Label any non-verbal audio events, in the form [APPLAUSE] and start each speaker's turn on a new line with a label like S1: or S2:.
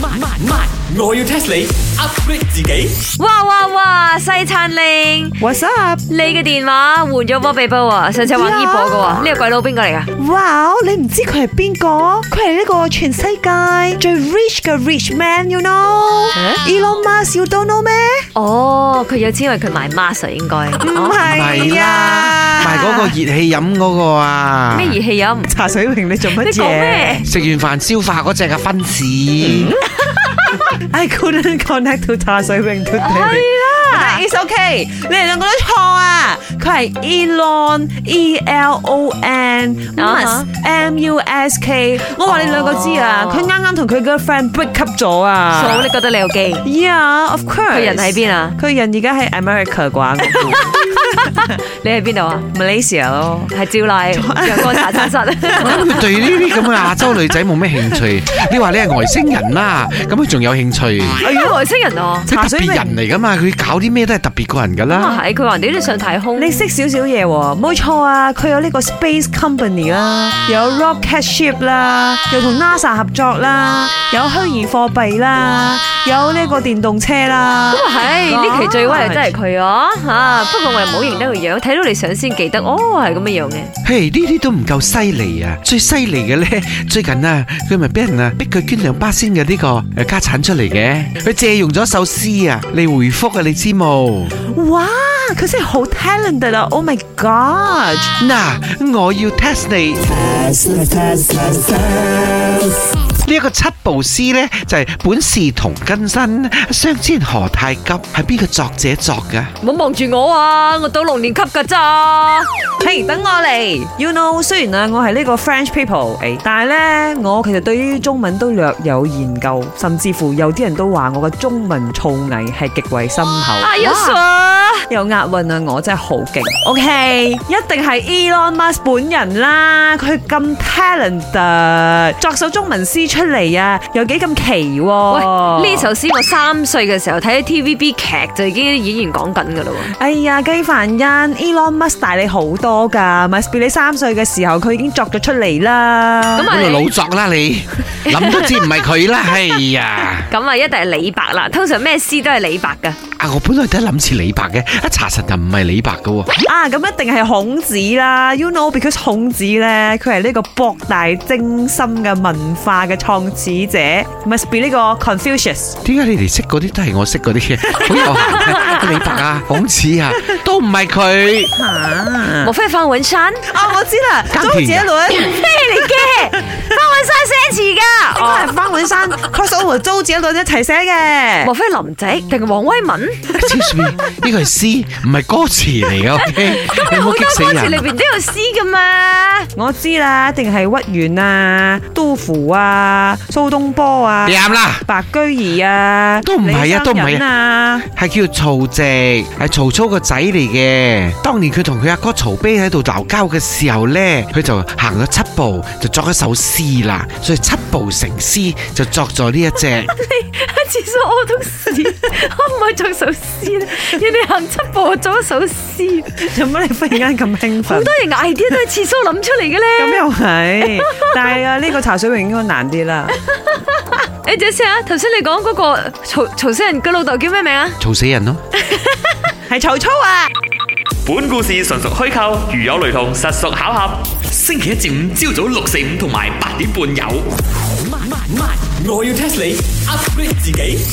S1: 慢慢慢，我要 test 你 upgrade 自己。
S2: 哇哇哇！西餐令，
S3: What's up？
S2: 你嘅電話換咗波比煲啊！上次玩醫保嘅喎，呢個鬼佬邊個嚟噶？
S3: 哇！你唔知佢係邊個？佢係呢個全世界最 rich 嘅 rich man，you know？Elon Musk，you don't know 咩？
S2: 哦，佢有錢，因為佢賣 mask 啊應該。
S3: 唔
S2: 哦
S3: 係啊，
S4: 埋嗰個熱氣飲嗰個啊，
S2: 咩熱氣飲？
S3: 茶水榮，你做乜
S2: 你講
S3: 嘢
S2: 咩？
S4: 食完飯消化嗰只嘅分子，
S3: ？I couldn't connect to 茶水榮 today。係啦，it's okay。你哋兩個都錯啊！佢係 Elon，E L O N
S2: 啊哈
S3: Musk。M U S K，我話你兩個知啊，
S2: 哦
S3: 佢啱啱同佢 girlfriend break up 咗啊。
S2: 嫂，你覺得你有機？
S3: Yeah, of course。
S2: 嗯佢人喺邊啊？
S3: 佢人而家喺
S2: [LAUGHS]
S3: America 啩，我估
S2: 你喺邊度啊？
S3: Malaysia 咯。
S2: 係照例 [LAUGHS] 陽光茶餐室。 [LAUGHS]
S4: 佢對呢啲咁嘅亞洲女仔冇咩興趣。你話你係外星人啦，咁佢仲有興趣，
S2: 係外星人啊！
S4: 佢特別人嚟噶嘛，佢搞啲咩都係特別過人噶
S2: 咁
S4: 啦
S2: 啊。係，佢話你都上太空。
S3: 你識少少嘢喎，冇錯啊！佢有呢個 Space Company 啦，有 Rocket Ship 啦，又同 NASA 合作啦，有虛擬貨幣啦，有呢個電動車啦。
S2: 咁啊係，呢期最威係真係佢啊吓，不過我又冇認得佢樣，睇到你相先記得，哦係咁嘅樣嘅。
S4: 嘿，呢啲都唔夠犀利啊！最犀利嘅咧，最近啊，佢咪俾人啊逼佢捐兩巴仙嘅呢個誒家產出嚟嘅，佢借用咗首詩啊嚟回覆啊，你知冇？
S3: 哇！佢真係好 talented 啊！Oh my god！
S4: 嗱，我要 test 你。呢一個七步詩呢，就係、本是同根生，相煎何太急，係邊個作者作噶？
S2: 唔好望住我啊！我到六年級噶咋？
S3: 嘿等我嚟，you know，雖然啊，我係呢個 French people，誒，但係呢，我其實對於中文都略有研究，甚至乎有啲人都話我嘅中文造詣係極為深厚。
S2: 哎呀
S3: 哇
S2: 傻！
S3: 有押韻啊！我真係好勁。OK，一定係 Elon Musk 本人啦，佢咁 talent，作首中文詩出嚟啊，有幾咁奇喎？
S2: 喂，呢首詩我三歲嘅時候睇 TVB 劇就已經演員講緊噶啦喎。
S3: 哎呀，雞凡欣，Elon Musk 大你好多㗎，must be 你三歲嘅時候佢已經作咗出嚟啦。
S2: 咁
S4: 咁就老
S2: 啊
S4: 作啦你，諗都知唔係佢啦，係呀！
S2: 咁啊，一定係李白啦。通常咩詩都係李白噶。
S4: 啊，我本來都係諗似李白嘅，一查實就唔係李白嘅喎。
S3: 啊，咁一定係孔子啦，you know，because 孔子咧，佢係呢個博大精深嘅文化嘅創始者，must be 呢個 Confucius。
S4: 點解你哋識嗰啲都係我識嗰啲嘅？好有限啊！李白啊，孔子啊，都唔係佢。
S2: 莫非係方文 [LAUGHS] 山？咩
S3: 啊，我知啦，
S4: 耕
S3: 周杰
S4: 田
S3: 倫，
S2: 嚟嘅？方文山寫詞 [LAUGHS] 噶。
S3: 都
S2: 哦
S3: 係方文啊山 crossover 周杰倫一齊寫
S2: 莫
S3: 嘅。
S2: 非係林夕定係黃威文？
S4: Excuse me，呢個係詩，唔係歌詞嚟嘅。OK，你唔
S2: 好
S4: 好
S2: 多
S4: 激
S2: 歌
S4: 死
S2: 詞裏
S4: 人。
S2: 邊都有詩噶 [LAUGHS] 嘛。
S3: 我知啦，一定係屈原啊、杜甫啊、蘇東坡啊、
S4: 啱啦，
S3: 白居易啊、
S4: 都唔係啊
S3: 李商隱
S4: 都唔係
S3: 啊。
S4: 係叫曹植，係曹操個仔嚟嘅。當年佢同佢阿哥曹丕喺度鬧交嘅時候呢，佢就行咗七步，就作一首詩啦。所以七步成詩就作咗呢一隻。
S2: 喺廁所屙到 [LAUGHS] 屎，可唔可以做首詩咧？人哋行七步做一首詩，
S3: 做乜你忽然間咁興
S2: 好
S3: 奮？
S2: 多人 idea 都喺廁所諗出嚟嘅
S3: 咁
S2: 咧。
S3: 又係，但係啊呢個茶水榮應該難啲啦。
S2: 誒，等先啊，頭先你講嗰個曹曹死人嘅老豆叫咩名啊？
S4: 嘈死人咯！
S3: 係曹操啊！
S1: 本故事純屬虛構，如有雷同，實屬巧合。星期一至五朝早六四五同埋八點半有。我要 test 你 upgrade 自己。